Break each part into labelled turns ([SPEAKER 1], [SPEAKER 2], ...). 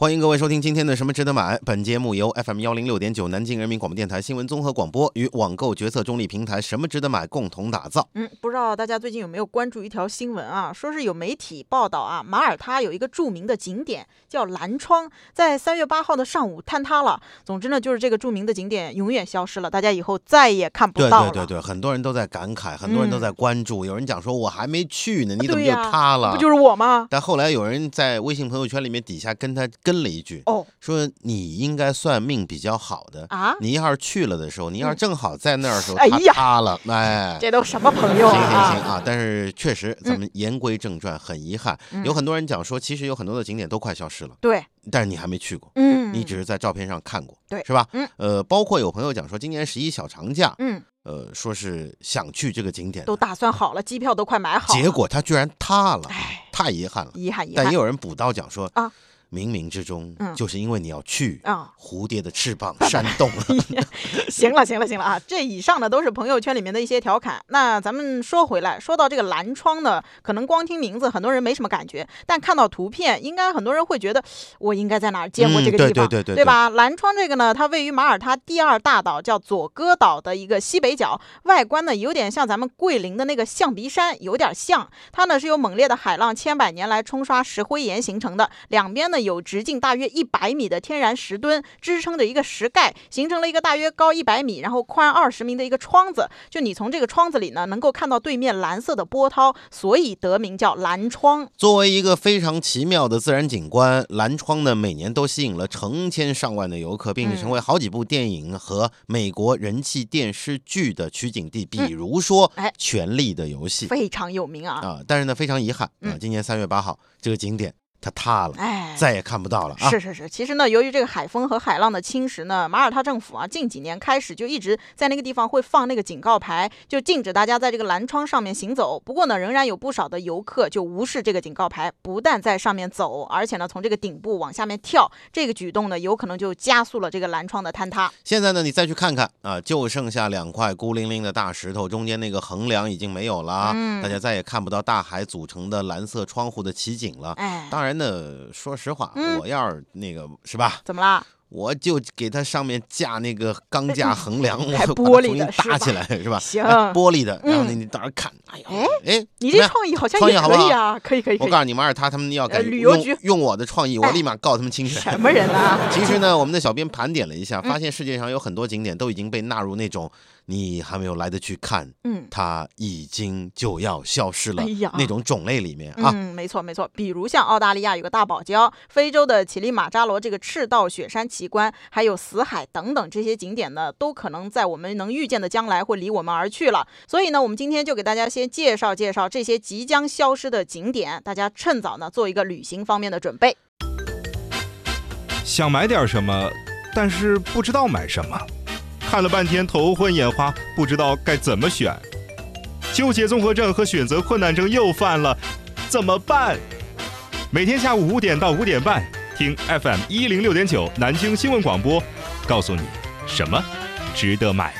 [SPEAKER 1] 欢迎各位收听今天的《什么值得买》。本节目由 FM 幺零六点九南京人民广播电台新闻综合广播与网购决策中立平台“什么值得买”共同打造。
[SPEAKER 2] 嗯，不知道大家最近有没有关注一条新闻啊？说是有媒体报道啊，马耳他有一个著名的景点叫蓝窗，在三月八号的上午坍塌了。总之呢，就是这个著名的景点永远消失了，大家以后再也看不
[SPEAKER 1] 对
[SPEAKER 2] 到
[SPEAKER 1] 对
[SPEAKER 2] 了。
[SPEAKER 1] 对对，很多人都在感慨，很多人都在关注。有人讲说，我还没去呢，你怎么
[SPEAKER 2] 对
[SPEAKER 1] 就
[SPEAKER 2] 呀
[SPEAKER 1] 塌了？
[SPEAKER 2] 不就是我吗？
[SPEAKER 1] 但后来有人在微信朋友圈里面底下跟他跟了一句，
[SPEAKER 2] 哦
[SPEAKER 1] 说你应该算命比较好的。
[SPEAKER 2] 啊，
[SPEAKER 1] 你要是去了的时候，你要是正好在那儿的时候，
[SPEAKER 2] 哎
[SPEAKER 1] 它
[SPEAKER 2] 呀
[SPEAKER 1] 塌了，哎，
[SPEAKER 2] 这都什么朋友
[SPEAKER 1] 行行
[SPEAKER 2] 啊？嗯
[SPEAKER 1] 行啊！但是确实，咱们言归正传，很遗憾，有很多人讲说，其实有很多的景点都快消失了，
[SPEAKER 2] 对，
[SPEAKER 1] 但是你还没去过，
[SPEAKER 2] 嗯，
[SPEAKER 1] 你只是在照片上看过，
[SPEAKER 2] 对
[SPEAKER 1] 是吧？
[SPEAKER 2] 嗯，
[SPEAKER 1] 呃，包括有朋友讲说，今年十一小长假，
[SPEAKER 2] 嗯，
[SPEAKER 1] 呃，说是想去这个景点的，
[SPEAKER 2] 都打算好了，机票都快买好了，
[SPEAKER 1] 结果它居然塌了，
[SPEAKER 2] 唉，
[SPEAKER 1] 太遗憾了。
[SPEAKER 2] 遗憾遗
[SPEAKER 1] 但也
[SPEAKER 2] 憾
[SPEAKER 1] 有人补刀讲说
[SPEAKER 2] 啊，
[SPEAKER 1] 冥冥之中
[SPEAKER 2] 嗯
[SPEAKER 1] 就是因为你要去，
[SPEAKER 2] 啊。
[SPEAKER 1] 蝴蝶的翅 膀扇动了。
[SPEAKER 2] 行了，行了，行了啊！这以上呢都是朋友圈里面的一些调侃。那咱们说回来，说到这个蓝窗呢，可能光听名字很多人没什么感觉，但看到图片，应该很多人会觉得我应该在哪儿见过
[SPEAKER 1] 嗯
[SPEAKER 2] 这个
[SPEAKER 1] 对
[SPEAKER 2] 地方，
[SPEAKER 1] 对对对对
[SPEAKER 2] 吧？蓝窗这个呢，它位于马耳他第二大岛叫佐哥岛的一个西北角，外观呢有点像咱们桂林的那个象鼻山，有点像。它呢是由猛烈的海浪千百年来冲刷石灰岩形成的，两边呢有直径大约一百米的天然石墩支撑着一个石盖，形成了一个大约高一百米，然后宽二十米的一个窗子。就你从这个窗子里呢，能够看到对面蓝色的波涛，所以得名叫蓝窗。
[SPEAKER 1] 作为一个非常奇妙的自然景观，蓝窗呢每年都吸引了成千上万的游客，并且成为好几部电影和美国人气电视剧的取景地，比如说
[SPEAKER 2] 哎
[SPEAKER 1] 《权力的游戏》
[SPEAKER 2] 非常有名啊！
[SPEAKER 1] 啊。但是呢，非常遗憾啊，
[SPEAKER 2] 嗯
[SPEAKER 1] 今年三月八号这个景点它塌了，
[SPEAKER 2] 哎，
[SPEAKER 1] 再也看不到了啊。
[SPEAKER 2] 是是是，其实呢，由于这个海风和海浪的侵蚀呢，马耳他政府啊，近几年开始就一直在那个地方会放那个警告牌，就禁止大家在这个蓝窗上面行走。不过呢，仍然有不少的游客就无视这个警告牌，不但在上面走，而且呢，从这个顶部往下面跳，这个举动呢，有可能就加速了这个蓝窗的坍塌。
[SPEAKER 1] 现在呢，你再去看看啊，就剩下两块孤零零的大石头，中间那个横梁已经没有了啊，大家再也看不到大海组成的蓝色窗户的奇景了。
[SPEAKER 2] 哎，
[SPEAKER 1] 当然呢，说实话，
[SPEAKER 2] 嗯
[SPEAKER 1] 我要是那个是吧，
[SPEAKER 2] 怎么啦？
[SPEAKER 1] 我就给它上面架那个钢架横梁，我
[SPEAKER 2] 还
[SPEAKER 1] 把它
[SPEAKER 2] 嗯玻璃
[SPEAKER 1] 重新
[SPEAKER 2] 的是
[SPEAKER 1] 搭
[SPEAKER 2] 吧
[SPEAKER 1] 起来是吧？
[SPEAKER 2] 行
[SPEAKER 1] 哎玻璃的，然后呢，
[SPEAKER 2] 嗯
[SPEAKER 1] 你到时候看，哎
[SPEAKER 2] 哎
[SPEAKER 1] 呦，哎，
[SPEAKER 2] 你
[SPEAKER 1] 怎么
[SPEAKER 2] 这
[SPEAKER 1] 样
[SPEAKER 2] 创意好像
[SPEAKER 1] 创意
[SPEAKER 2] 也
[SPEAKER 1] 好
[SPEAKER 2] 可
[SPEAKER 1] 不好
[SPEAKER 2] 以啊，可以可以可
[SPEAKER 1] 我
[SPEAKER 2] 以。
[SPEAKER 1] 告诉你，马耳他他们要改
[SPEAKER 2] 呃旅游
[SPEAKER 1] 用
[SPEAKER 2] 局
[SPEAKER 1] 用我的创意，我
[SPEAKER 2] 哎
[SPEAKER 1] 立马告他们侵权。
[SPEAKER 2] 什么人啊？
[SPEAKER 1] 其实呢，我们的小编盘点了一
[SPEAKER 2] 嗯
[SPEAKER 1] 下，发现世界上有很多景点都已经被纳入那种你还没有来得去看，
[SPEAKER 2] 嗯。
[SPEAKER 1] 它已经就要消失了
[SPEAKER 2] 哎呀
[SPEAKER 1] 那种种类里面啊。
[SPEAKER 2] 嗯，没错没错，比如像澳大利亚有个大堡礁，非洲的乞力马扎罗这个赤道雪山奇观，还有死海等等这些景点呢，都可能在我们能预见的将来会离我们而去了。所以呢，我们今天就给大家先介绍介绍这些即将消失的景点，大家趁早呢做一个旅行方面的准备。
[SPEAKER 3] 想买点什么，但是不知道买什么，看了半天头昏眼花，不知道该怎么选，纠结综合症和选择困难症又犯了，怎么办？每天下午五点到五点半，听 FM 一零六点九南京新闻广播，告诉你什么值得买。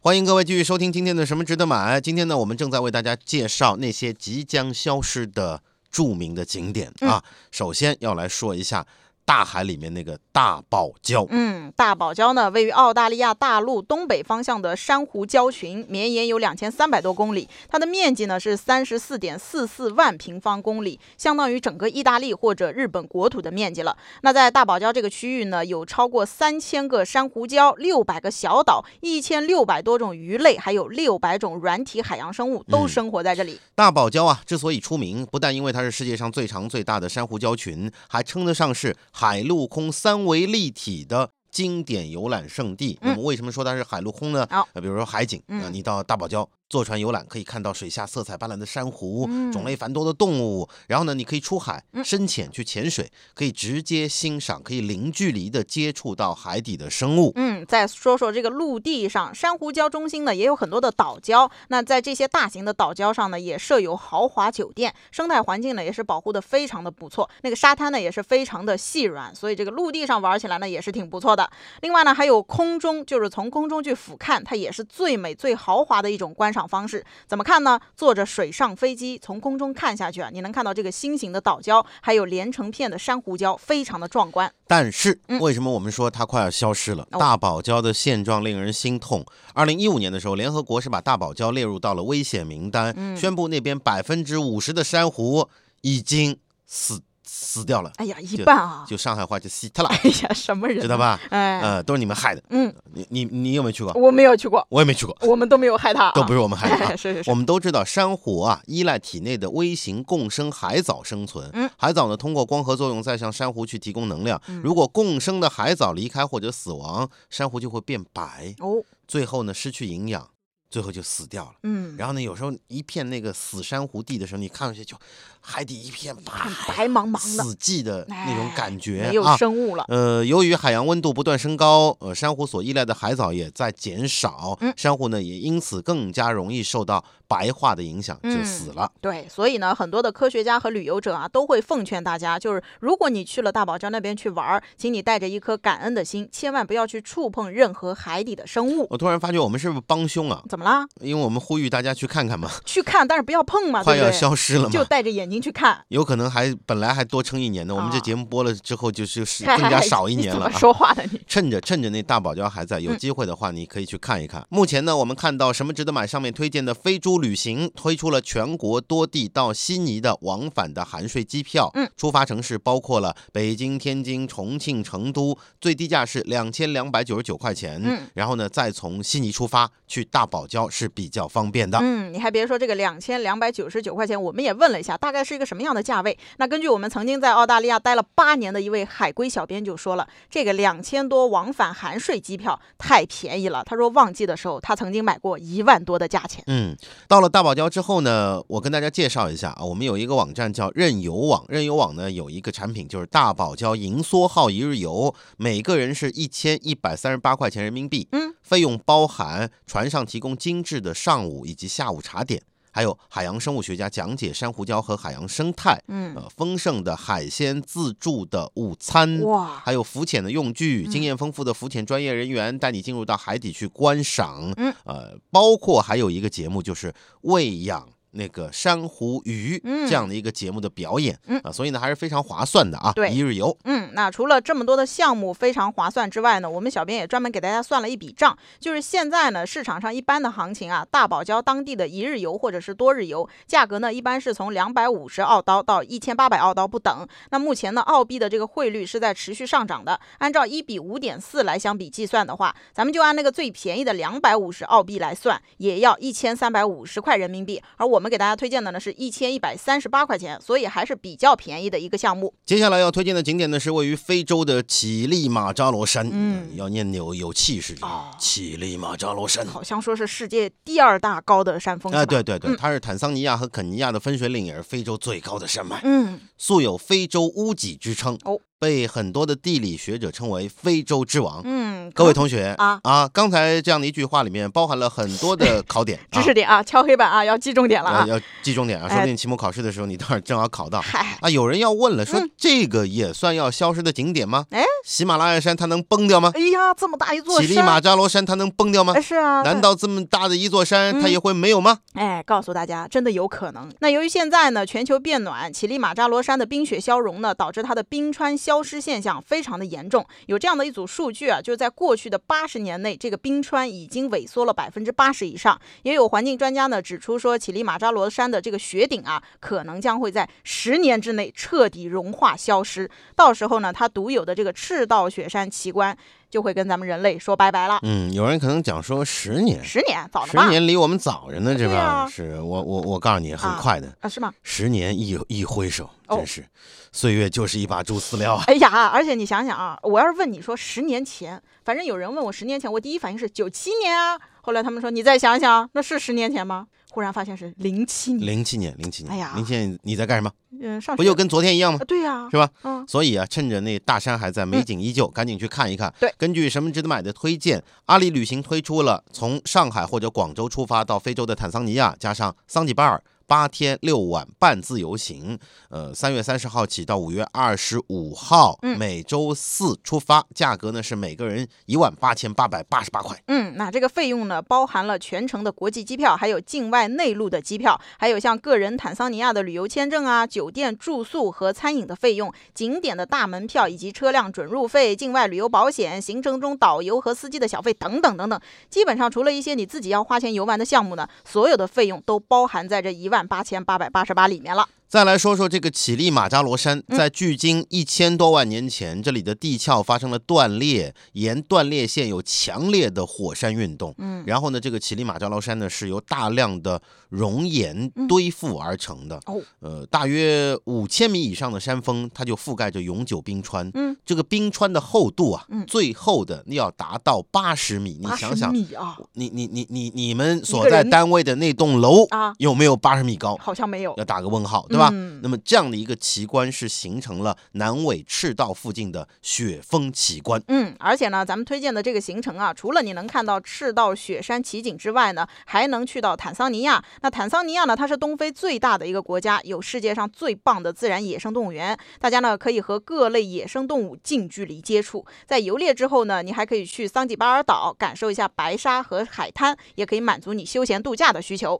[SPEAKER 1] 欢迎各位继续收听今天的《什么值得买》。今天呢，我们正在为大家介绍那些即将消失的著名的景点啊。首先要来说一下大海里面那个大堡礁。
[SPEAKER 2] 嗯，大堡礁呢，位于澳大利亚大陆东北方向的珊瑚礁群，绵延有两千三百多公里，它的面积呢是三十四点四四万平方公里，相当于整个意大利或者日本国土的面积了。那在大堡礁这个区域呢，有超过三千个珊瑚礁、六百个小岛、一千六百多种鱼类，还有六百种软体海洋生物都
[SPEAKER 1] 嗯
[SPEAKER 2] 生活在这里。
[SPEAKER 1] 大堡礁啊，之所以出名，不但因为它是世界上最长最大的珊瑚礁群，还称得上是海陆空三维立体的。经典游览胜地，
[SPEAKER 2] 嗯
[SPEAKER 1] 那么为什么说它是海陆空呢？
[SPEAKER 2] 好
[SPEAKER 1] 呃，比如说海景，
[SPEAKER 2] 嗯
[SPEAKER 1] 呃你到大堡礁坐船游览，可以看到水下色彩斑斓的珊瑚，
[SPEAKER 2] 嗯
[SPEAKER 1] 种类繁多的动物。然后呢，你可以出海
[SPEAKER 2] 嗯
[SPEAKER 1] 深潜去潜水，可以直接欣赏，可以零距离的接触到海底的生物。
[SPEAKER 2] 嗯，再说说这个陆地上，珊瑚礁中心呢也有很多的岛礁。那在这些大型的岛礁上呢，也设有豪华酒店，生态环境呢也是保护的非常的不错。那个沙滩呢也是非常的细软，所以这个陆地上玩起来呢也是挺不错的。另外呢，还有空中，就是从空中去俯瞰，它也是最美最豪华的一种观赏赏方式。怎么看呢？坐着水上飞机从空中看下去啊，你能看到这个心形的岛礁，还有连成片的珊瑚礁，非常的壮观。
[SPEAKER 1] 但是
[SPEAKER 2] 嗯
[SPEAKER 1] 为什么我们说它快要消失了？
[SPEAKER 2] 哦
[SPEAKER 1] 大堡礁的现状令人心痛。二零一五年的时候，联合国是把大堡礁列入到了危险名单，
[SPEAKER 2] 嗯
[SPEAKER 1] 宣布那边百分之五十的珊瑚已经死死掉了，
[SPEAKER 2] 哎呀，一
[SPEAKER 1] 就
[SPEAKER 2] 半啊！
[SPEAKER 1] 就上海话就死它了，
[SPEAKER 2] 哎呀，什么人、
[SPEAKER 1] 知道？吧？
[SPEAKER 2] 哎，
[SPEAKER 1] 呃，都是你们害的。
[SPEAKER 2] 嗯，
[SPEAKER 1] 你你你有没有去过？
[SPEAKER 2] 我没有去过，
[SPEAKER 1] 我也没去过，
[SPEAKER 2] 我们都没有害他、啊，
[SPEAKER 1] 都不是我们害的啊。
[SPEAKER 2] 是是是，
[SPEAKER 1] 我们都知道，珊瑚啊依赖体内的微型共生海藻生存。
[SPEAKER 2] 嗯
[SPEAKER 1] 海藻呢通过光合作用再向珊瑚去提供能量。
[SPEAKER 2] 嗯
[SPEAKER 1] 如果共生的海藻离开或者死亡，珊瑚就会变白，
[SPEAKER 2] 哦，
[SPEAKER 1] 最后呢失去营养，最后就死掉了。
[SPEAKER 2] 嗯，
[SPEAKER 1] 然后呢，有时候一片那个死珊瑚地的时候，你看上去就海底一片白
[SPEAKER 2] 白茫茫的，
[SPEAKER 1] 死寂的那种
[SPEAKER 2] 哎
[SPEAKER 1] 感觉
[SPEAKER 2] 没有
[SPEAKER 1] 啊。
[SPEAKER 2] 生物了。
[SPEAKER 1] 呃，由于海洋温度不断升高，呃，珊瑚所依赖的海藻也在减少，
[SPEAKER 2] 嗯
[SPEAKER 1] 珊瑚呢也因此更加容易受到白化的影响，就
[SPEAKER 2] 嗯
[SPEAKER 1] 死了。
[SPEAKER 2] 对，所以呢，很多的科学家和旅游者啊，都会奉劝大家，就是如果你去了大堡礁那边去玩儿，请你带着一颗感恩的心，千万不要去触碰任何海底的生物。
[SPEAKER 1] 我突然发觉我们是不是帮凶啊？
[SPEAKER 2] 怎么啦？
[SPEAKER 1] 因为我们呼吁大家去看看嘛，
[SPEAKER 2] 去看，但是不要碰 嘛，
[SPEAKER 1] 快
[SPEAKER 2] 啊对不
[SPEAKER 1] 要
[SPEAKER 2] 对？
[SPEAKER 1] 消失了
[SPEAKER 2] 就
[SPEAKER 1] 嘛。
[SPEAKER 2] 带着眼睛去看。
[SPEAKER 1] 有可能还本来还多撑一年呢，我们这
[SPEAKER 2] 啊
[SPEAKER 1] 节目播了之后就 就是
[SPEAKER 2] 嗨
[SPEAKER 1] 更加
[SPEAKER 2] 嗨
[SPEAKER 1] 少一
[SPEAKER 2] 你
[SPEAKER 1] 年
[SPEAKER 2] 怎
[SPEAKER 1] 了、
[SPEAKER 2] 么
[SPEAKER 1] 啊。
[SPEAKER 2] 说话的你？
[SPEAKER 1] 趁着趁着那大堡礁还在，有
[SPEAKER 2] 嗯
[SPEAKER 1] 机会的话，你可以去看一看。目前呢，我们看到什么值得买上面推荐的飞猪旅行推出了全国多地到悉尼的往返的含税机票，
[SPEAKER 2] 嗯，
[SPEAKER 1] 出发城市包括了北京、天津、重庆、成都，最低价是两千两百九十九块钱，
[SPEAKER 2] 嗯，
[SPEAKER 1] 然后呢，再从悉尼出发去大堡礁是比较方便的。
[SPEAKER 2] 嗯，你还别说，这个两千两百九十九块钱，我们也问了一下，大概是一个什么样的价位？那根据我们曾经在澳大利亚待了八年的一位海归小编就说了，这个两千多往返含税机票太便宜了。他说旺季的时候，他曾经买过一万多的价钱。
[SPEAKER 1] 嗯，到了大堡礁之后呢，我跟大家介绍一下啊，我们有一个网站叫任游网，任游网呢有一个产品就是大堡礁银梭号一日游，每个人是一千一百三十八块钱人民币，
[SPEAKER 2] 嗯，
[SPEAKER 1] 费用包含船上提供精致的上午以及下午茶点，还有海洋生物学家讲解珊瑚礁和海洋生态，
[SPEAKER 2] 嗯，
[SPEAKER 1] 呃，丰盛的海鲜自助的午餐。
[SPEAKER 2] 哇，嗯
[SPEAKER 1] 还有浮潜的用具，经验丰富的浮潜专业人员带你进入到海底去观赏。
[SPEAKER 2] 嗯，
[SPEAKER 1] 呃，包括还有一个节目就是喂养。那个珊瑚鱼
[SPEAKER 2] 嗯
[SPEAKER 1] 这样的一个节目的表演，
[SPEAKER 2] 嗯
[SPEAKER 1] 啊，所以呢还是非常划算的啊，
[SPEAKER 2] 对
[SPEAKER 1] 一日游，
[SPEAKER 2] 嗯，那除了这么多的项目非常划算之外呢，我们小编也专门给大家算了一笔账，就是现在呢市场上一般的行情啊，大堡礁当地的一日游或者是多日游，价格呢一般是从两百五十澳刀到一千八百澳刀不等。那目前呢，澳币的这个汇率是在持续上涨的，按照一比五点四来相比计算的话，咱们就按那个最便宜的两百五十澳币来算，也要一千三百五十块人民币。而我们给大家推荐的呢是一千一百三十八块钱，所以还是比较便宜的一个项目。
[SPEAKER 1] 接下来要推荐的景点呢是位于非洲的乞力马扎罗山，呃
[SPEAKER 2] 嗯
[SPEAKER 1] 要念有有气势，
[SPEAKER 2] 哦
[SPEAKER 1] 乞力马扎罗山，
[SPEAKER 2] 好像说是世界第二大高的山峰，
[SPEAKER 1] 哎，
[SPEAKER 2] 是吧嗯
[SPEAKER 1] 对，对对，它是坦桑尼亚和肯尼亚的分水岭，也是非洲最高的山脉。
[SPEAKER 2] 嗯，
[SPEAKER 1] 素有“非洲屋脊”之称，
[SPEAKER 2] 哦
[SPEAKER 1] 被很多的地理学者称为“非洲之王”
[SPEAKER 2] 嗯，
[SPEAKER 1] 各位
[SPEAKER 2] 同
[SPEAKER 1] 同学
[SPEAKER 2] 啊
[SPEAKER 1] 刚才这样的一句话里面包含了很多 的考点，
[SPEAKER 2] 知识点啊，敲黑板啊，要记重点了
[SPEAKER 1] 啊
[SPEAKER 2] 啊
[SPEAKER 1] 呃。要记重点啊，
[SPEAKER 2] 哎
[SPEAKER 1] 说不定期末考试的时候你待会儿正好考到。
[SPEAKER 2] 嗨，
[SPEAKER 1] 啊，有人要问了，说
[SPEAKER 2] 嗯
[SPEAKER 1] 这个也算要消失的景点吗？
[SPEAKER 2] 哎，
[SPEAKER 1] 喜马拉雅山它能崩掉吗？
[SPEAKER 2] 哎呀，这么大一座
[SPEAKER 1] 乞力马
[SPEAKER 2] 山，
[SPEAKER 1] 扎罗山它能崩掉吗
[SPEAKER 2] 哎，？嗯是啊，
[SPEAKER 1] 难
[SPEAKER 2] 对
[SPEAKER 1] 道这么大的一座山它也会没有吗？
[SPEAKER 2] 哎，告诉大家，真的有可能。那由于现在呢，全球变暖，乞力马扎罗山的冰雪消融呢，导致它的冰川消失现象非常的严重。有这样的一组数据啊，就是在过去的八十年内，这个冰川已经萎缩了百分之八十以上。也有环境专家呢指出说，乞力马扎罗山的这个雪顶啊，可能将会在十年之内彻底融化消失。到时候呢，它独有的这个赤道雪山奇观就会跟咱们人类说拜拜了。
[SPEAKER 1] 嗯，有人可能讲说十年，
[SPEAKER 2] 十年，早了
[SPEAKER 1] 十
[SPEAKER 2] 吧？
[SPEAKER 1] 年离我们早着呢，这
[SPEAKER 2] 对
[SPEAKER 1] 吧？
[SPEAKER 2] 啊
[SPEAKER 1] 是我我我告诉你，很
[SPEAKER 2] 啊
[SPEAKER 1] 快的，
[SPEAKER 2] 啊，是吗？
[SPEAKER 1] 十年一一挥手，
[SPEAKER 2] 哦
[SPEAKER 1] 真是岁月就是一把猪饲料啊！
[SPEAKER 2] 哎呀，而且你想想啊，我要是问你说十年前，反正有人问我十年前，我第一反应是九七年啊。后来他们说你再想想，那是十年前吗？忽然发现是零七年，
[SPEAKER 1] 零七年，零七
[SPEAKER 2] 哎
[SPEAKER 1] 年
[SPEAKER 2] 呀，
[SPEAKER 1] 零七年你在干什么？
[SPEAKER 2] 嗯、上
[SPEAKER 1] 不
[SPEAKER 2] 学
[SPEAKER 1] 就跟昨天一样吗
[SPEAKER 2] 啊？对呀、
[SPEAKER 1] 是吧？
[SPEAKER 2] 嗯
[SPEAKER 1] 所以啊，趁着那大山还在，美景依旧，赶紧去看一看。
[SPEAKER 2] 对
[SPEAKER 1] 根据什么值得买的推荐，阿里旅行推出了从上海或者广州出发到非洲的坦桑尼亚，加上桑吉巴尔、八天六晚半自由行，呃，三月三十号起到五月二十五号，
[SPEAKER 2] 嗯
[SPEAKER 1] 每周四出发，价格呢是每个人一万八千八百八十八块。
[SPEAKER 2] 嗯，那这个费用呢，包含了全程的国际机票，还有境外内陆的机票，还有像个人坦桑尼亚的旅游签证啊、酒店住宿和餐饮的费用、景点的大门票以及车辆准入费、境外旅游保险、行程中导游和司机的小费等等等等。基本上除了一些你自己要花钱游玩的项目呢，所有的费用都包含在这一万八千八百八十八里面了。
[SPEAKER 1] 再来说说这个乞力马扎罗山，
[SPEAKER 2] 嗯
[SPEAKER 1] 在距今一千多万年前，这里的地壳发生了断裂，沿断裂线有强烈的火山运动。
[SPEAKER 2] 嗯
[SPEAKER 1] 然后呢，这个乞力马扎罗山呢是由大量的熔岩
[SPEAKER 2] 嗯
[SPEAKER 1] 堆覆而成的。
[SPEAKER 2] 哦
[SPEAKER 1] 呃，大约五千米以上的山峰，它就覆盖着永久冰川。
[SPEAKER 2] 嗯，
[SPEAKER 1] 这个冰川的厚度啊，
[SPEAKER 2] 嗯
[SPEAKER 1] 最厚的要达到八十米。你想
[SPEAKER 2] 80
[SPEAKER 1] 想，
[SPEAKER 2] 米啊
[SPEAKER 1] 你你你你你们
[SPEAKER 2] 一
[SPEAKER 1] 所
[SPEAKER 2] 个
[SPEAKER 1] 在
[SPEAKER 2] 人
[SPEAKER 1] 单位的那栋楼
[SPEAKER 2] 啊，
[SPEAKER 1] 有没有八十米高？
[SPEAKER 2] 好像没有
[SPEAKER 1] 要打个问号，对吧？
[SPEAKER 2] 嗯
[SPEAKER 1] 那么这样的一个奇观是形成了南尾赤道附近的雪峰奇观。
[SPEAKER 2] 嗯，而且呢，咱们推荐的这个行程啊，除了你能看到赤道雪山奇景之外呢，还能去到坦桑尼亚。那坦桑尼亚呢，它是东非最大的一个国家，有世界上最棒的自然野生动物园，大家呢可以和各类野生动物近距离接触。在游猎之后呢，你还可以去桑吉巴尔岛感受一下白沙和海滩，也可以满足你休闲度假的需求。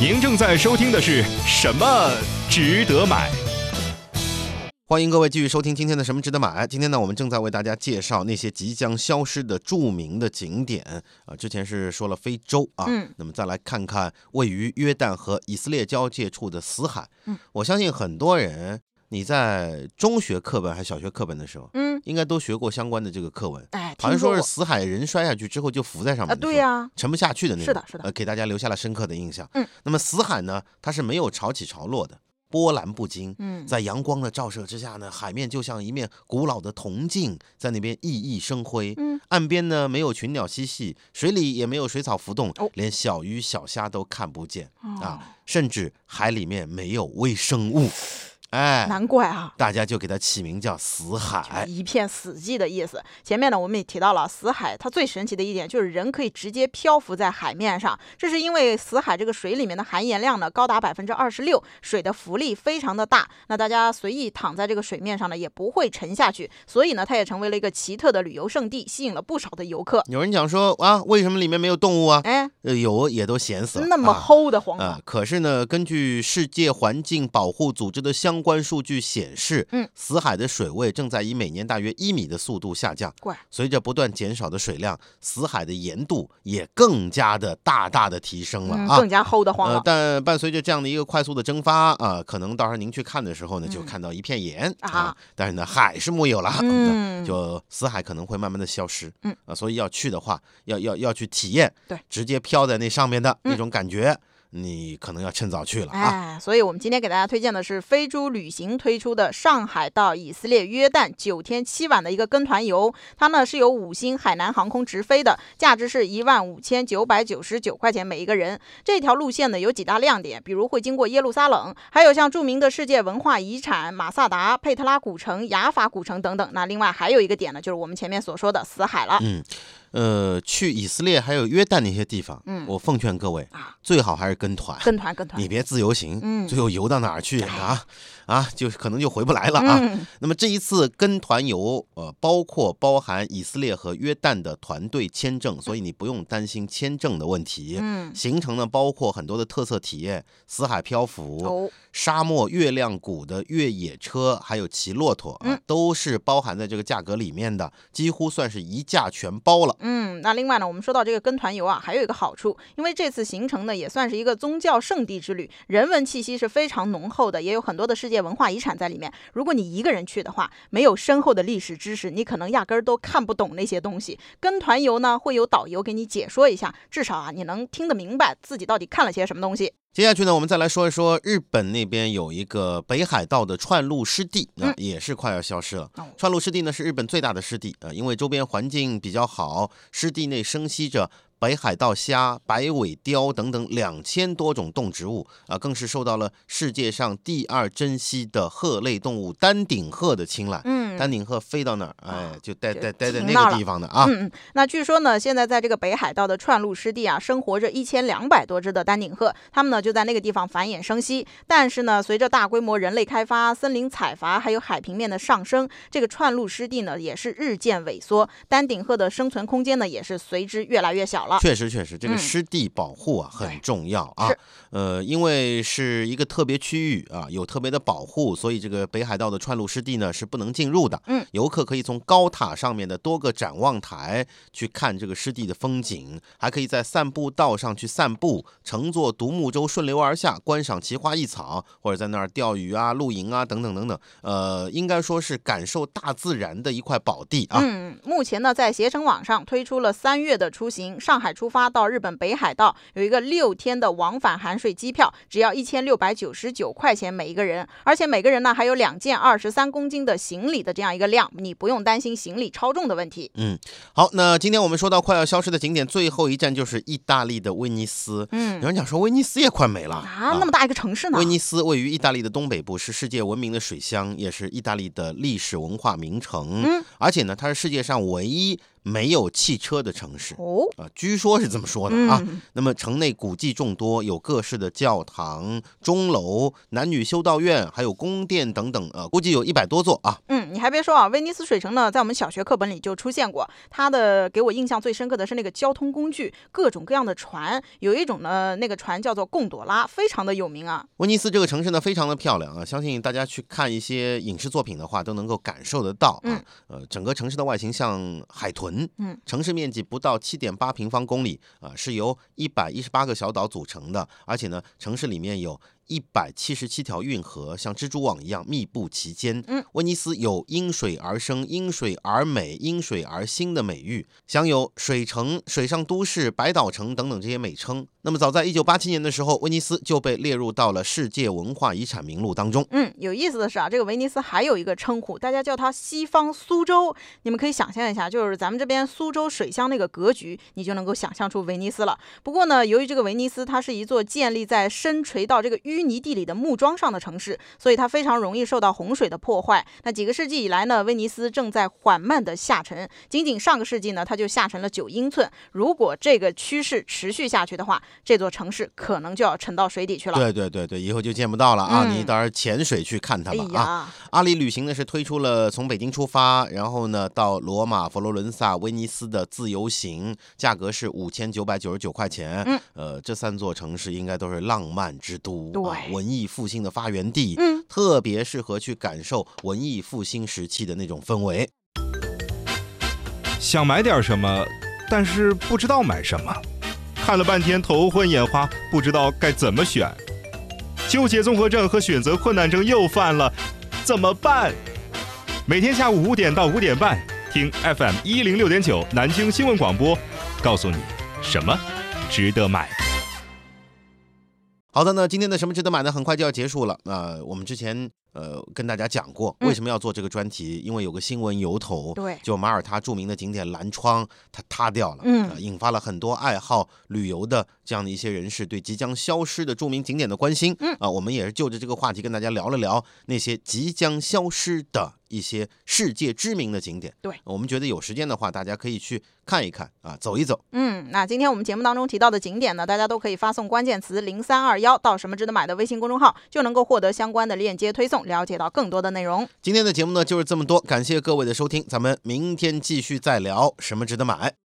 [SPEAKER 3] 您正在收听的是什么值得买？
[SPEAKER 1] 欢迎各位继续收听今天的《什么值得买》。今天呢，我们正在为大家介绍那些即将消失的著名的景点啊、之前是说了非洲啊，
[SPEAKER 2] 嗯
[SPEAKER 1] 那么再来看看位于约旦和以色列交界处的死海。
[SPEAKER 2] 嗯
[SPEAKER 1] 我相信很多人你在中学课本还是小学课本的时候，
[SPEAKER 2] 嗯，
[SPEAKER 1] 应该都学过相关的这个课文。
[SPEAKER 2] 哎，
[SPEAKER 1] 好像
[SPEAKER 2] 听
[SPEAKER 1] 说
[SPEAKER 2] 说过
[SPEAKER 1] 是死海人摔下去之后就浮在上面
[SPEAKER 2] 啊，
[SPEAKER 1] 的
[SPEAKER 2] 对
[SPEAKER 1] 是吧
[SPEAKER 2] 呀、
[SPEAKER 1] 沉不下去的那种，
[SPEAKER 2] 是的是的
[SPEAKER 1] 呃，给大家留下了深刻的印象。
[SPEAKER 2] 嗯，
[SPEAKER 1] 那么死海呢，它是没有潮起潮落的，波澜不惊。
[SPEAKER 2] 嗯，
[SPEAKER 1] 在阳光的照射之下呢，海面就像一面古老的铜镜，在那边熠熠生辉。
[SPEAKER 2] 嗯，
[SPEAKER 1] 岸边呢没有群鸟嬉戏，水里也没有水草浮动，
[SPEAKER 2] 哦
[SPEAKER 1] 连小鱼小虾都看不见
[SPEAKER 2] 哦
[SPEAKER 1] 啊，甚至海里面没有微生物。哎，
[SPEAKER 2] 难怪啊。
[SPEAKER 1] 大家就给它起名叫死海。
[SPEAKER 2] 一片死寂的意思。前面呢，我们也提到了死海，它最神奇的一点就是人可以直接漂浮在海面上，这是因为死海这个水里面的含盐量呢高达百分之二十六，水的浮力非常的大，那大家随意躺在这个水面上呢也不会沉下去，所以呢，它也成为了一个奇特的旅游胜地，吸引了不少的游客。
[SPEAKER 1] 有人讲说啊，为什么里面没有动物啊？
[SPEAKER 2] 哎，
[SPEAKER 1] 呃，有也都咸死了。
[SPEAKER 2] 那么
[SPEAKER 1] 啊
[SPEAKER 2] 齁的慌吗
[SPEAKER 1] 啊、可是呢，根据世界环境保护组织的相关数据显示，
[SPEAKER 2] 嗯，
[SPEAKER 1] 死海的水位正在以每年大约一米的速度下降。
[SPEAKER 2] 怪
[SPEAKER 1] 随着不断减少的水量，死海的盐度也更加的大大的提升了
[SPEAKER 2] 嗯，
[SPEAKER 1] 啊。
[SPEAKER 2] 更加齁的慌
[SPEAKER 1] 呃
[SPEAKER 2] 了，。
[SPEAKER 1] 但伴随着这样的一个快速的蒸发啊、可能到时候您去看的时候呢，就
[SPEAKER 2] 嗯
[SPEAKER 1] 看到一片盐、
[SPEAKER 2] 啊
[SPEAKER 1] 啊，但是呢，海是木有了，
[SPEAKER 2] 嗯
[SPEAKER 1] 就死海可能会慢慢的消失，
[SPEAKER 2] 嗯
[SPEAKER 1] 啊，所以要去的话，要要要去体验，
[SPEAKER 2] 对，
[SPEAKER 1] 直接飘在那上面的
[SPEAKER 2] 嗯
[SPEAKER 1] 那种感觉，你可能要趁早去了啊。
[SPEAKER 2] 哎，所以我们今天给大家推荐的是飞猪旅行推出的上海到以色列约旦九天七晚的一个跟团游，它呢是由五星海南航空直飞的，价值是一万五千九百九十九块钱每一个人。这条路线呢有几大亮点，比如会经过耶路撒冷，还有像著名的世界文化遗产马萨达、佩特拉古城、雅法古城等等。那另外还有一个点呢，就是我们前面所说的死海了。
[SPEAKER 1] 嗯呃，去以色列还有约旦那些地方，
[SPEAKER 2] 嗯
[SPEAKER 1] 我奉劝各位
[SPEAKER 2] 啊，
[SPEAKER 1] 最好还是跟团，
[SPEAKER 2] 跟团跟团
[SPEAKER 1] 你，别自由行，
[SPEAKER 2] 嗯哎
[SPEAKER 1] 最后游到哪儿去啊啊，就是可能就回不来了啊。
[SPEAKER 2] 嗯
[SPEAKER 1] 那么这一次跟团游，呃，包括包含以色列和约旦的团队签证，所以你不用担心签证的问题。
[SPEAKER 2] 嗯
[SPEAKER 1] 行程呢，包括很多的特色体验：死海漂浮、
[SPEAKER 2] 哦
[SPEAKER 1] 沙漠月亮谷的越野车，还有骑骆驼啊，
[SPEAKER 2] 嗯
[SPEAKER 1] 都是包含在这个价格里面的，几乎算是一价全包了。
[SPEAKER 2] 嗯，那另外呢，我们说到这个跟团游啊，还有一个好处，因为这次行程呢也算是一个宗教圣地之旅，人文气息是非常浓厚的，也有很多的世界文化遗产在里面。如果你一个人去的话，没有深厚的历史知识，你可能压根儿都看不懂那些东西。跟团游呢，会有导游给你解说一下，至少啊，你能听得明白自己到底看了些什么东西。
[SPEAKER 1] 接下去呢，我们再来说一说日本那边有一个北海道的串路湿地啊、
[SPEAKER 2] 嗯
[SPEAKER 1] 也是快要消失了。
[SPEAKER 2] 哦
[SPEAKER 1] 川路湿地呢是日本最大的湿地啊、呃因为周边环境比较好，湿地内生息着北海道虾、白尾雕等等两千多种动植物啊、更是受到了世界上第二珍稀的鹤类动物丹顶鹤的青睐。
[SPEAKER 2] 嗯嗯
[SPEAKER 1] 丹顶鹤飞到那儿，哎
[SPEAKER 2] 啊，
[SPEAKER 1] 就待
[SPEAKER 2] 就
[SPEAKER 1] 待待在
[SPEAKER 2] 停
[SPEAKER 1] 那
[SPEAKER 2] 那儿
[SPEAKER 1] 个地
[SPEAKER 2] 了
[SPEAKER 1] 方的啊。
[SPEAKER 2] 嗯嗯，那据说呢，现在在这个北海道的串路湿地啊，生活着一千两百多只的丹顶鹤，它们呢就在那个地方繁衍生息。但是呢，随着大规模人类开发、森林采伐，还有海平面的上升，这个串路湿地呢也是日渐萎缩，丹顶鹤的生存空间呢也是随之越来越小了。
[SPEAKER 1] 确实，确实，这个
[SPEAKER 2] 嗯
[SPEAKER 1] 湿地保护啊、
[SPEAKER 2] 对
[SPEAKER 1] 很重要啊
[SPEAKER 2] 是。
[SPEAKER 1] 呃，因为是一个特别区域啊，有特别的保护，所以这个北海道的串路湿地呢是不能进入的。
[SPEAKER 2] 嗯，
[SPEAKER 1] 游客可以从高塔上面的多个展望台去看这个湿地的风景，还可以在散步道上去散步，乘坐独木舟顺流而下，观赏奇花异草，或者在那儿钓鱼啊、露营啊等等等等。呃，应该说是感受大自然的一块宝地啊。
[SPEAKER 2] 嗯，目前呢，在携程网上推出了三月的出行，上海出发到日本北海道有一个六天的往返含税机票，只要一千六百九十九块钱每一个人，而且每个人呢还有两件二十三公斤的行李的这样一个量，你不用担心行李超重的问题。
[SPEAKER 1] 好，那今天我们说到快要消失的景点，最后一站就是意大利的威尼斯。
[SPEAKER 2] 嗯
[SPEAKER 1] 有，人讲说威尼斯也快没了
[SPEAKER 2] 啊，那么大一个城市呢
[SPEAKER 1] 威，尼斯位于意大利的东北部，是世界闻名的水乡，也是意大利的历史文化名城。
[SPEAKER 2] 嗯，
[SPEAKER 1] 而且呢，它是世界上唯一没有汽车的城市。
[SPEAKER 2] 哦，
[SPEAKER 1] 啊，据说是这么说的啊。
[SPEAKER 2] 嗯，
[SPEAKER 1] 那么城内古迹众多，有各式的教堂、钟楼、男女修道院，还有宫殿等等。呃，估计有一百多座啊。
[SPEAKER 2] 嗯，你还别说啊，威尼斯水城呢，在我们小学课本里就出现过。它的给我印象最深刻的是那个交通工具，各种各样的船，有一种呢，那个船叫做贡朵拉，非常的有名啊。
[SPEAKER 1] 威尼斯这个城市呢，非常的漂亮啊，相信大家去看一些影视作品的话，都能够感受得到啊。
[SPEAKER 2] 嗯
[SPEAKER 1] 呃，整个城市的外形像海豚，
[SPEAKER 2] 嗯，
[SPEAKER 1] 城市面积不到七点八平方公里啊、是由一百一十八个小岛组成的，而且呢，城市里面有。一百七十七条运河像蜘蛛网一样密布其间。
[SPEAKER 2] 嗯，
[SPEAKER 1] 威尼斯有因水而生、因水而美、因水而新的美誉，享有水城、水上都市、百岛城等等这些美称。那么，早在一九八七年的时候，威尼斯就被列入到了世界文化遗产名录当中。
[SPEAKER 2] 嗯，有意思的是啊，这个威尼斯还有一个称呼，大家叫它西方苏州。你们可以想象一下，就是咱们这边苏州水乡那个格局，你就能够想象出威尼斯了。不过呢，由于这个威尼斯它是一座建立在深垂到这个淤泥地里的木桩上的城市，所以它非常容易受到洪水的破坏。那几个世纪以来呢，威尼斯正在缓慢的下沉，仅仅上个世纪呢，它就下沉了九英寸。如果这个趋势持续下去的话，这座城市可能就要沉到水底去了。
[SPEAKER 1] 对对对对，以后就见不到了啊！
[SPEAKER 2] 嗯
[SPEAKER 1] 你到时候潜水去看它
[SPEAKER 2] 哎
[SPEAKER 1] 吧啊！
[SPEAKER 2] 呀，
[SPEAKER 1] 阿里旅行呢是推出了从北京出发，然后呢到罗马、佛罗伦萨、威尼斯的自由行，价格是五千九百九十九块钱。
[SPEAKER 2] 嗯，
[SPEAKER 1] 呃，这三座城市应该都是浪漫之都，
[SPEAKER 2] 对
[SPEAKER 1] 啊文艺复兴的发源地，
[SPEAKER 2] 嗯，
[SPEAKER 1] 特别适合去感受文艺复兴时期的那种氛围。
[SPEAKER 3] 想买点什么，但是不知道买什么，看了半天头昏眼花，不知道该怎么选，纠结综合症和选择困难症又犯了，怎么办？每天下午五点到五点半，听 FM 一零六点九南京新闻广播，告诉你什么值得买。
[SPEAKER 1] 好的，那今天的什么值得买呢？很快就要结束了。那、我们之前呃跟大家讲过，
[SPEAKER 2] 嗯
[SPEAKER 1] 为什么要做这个专题？因为有个新闻由头，
[SPEAKER 2] 对
[SPEAKER 1] 就马耳他著名的景点蓝窗，它塌掉了，
[SPEAKER 2] 嗯
[SPEAKER 1] 呃引发了很多爱好旅游的这样的一些人士对即将消失的著名景点的关心。
[SPEAKER 2] 嗯
[SPEAKER 1] 啊、我们也是就着这个话题跟大家聊了聊那些即将消失的一些世界知名的景点。
[SPEAKER 2] 对
[SPEAKER 1] 我们觉得有时间的话，大家可以去看一看啊，走一走。
[SPEAKER 2] 嗯，那今天我们节目当中提到的景点呢，大家都可以发送关键词零三二幺到什么值得买的微信公众号，就能够获得相关的链接推送，了解到更多的内容。
[SPEAKER 1] 今天的节目呢就是这么多，感谢各位的收听，咱们明天继续再聊什么值得买。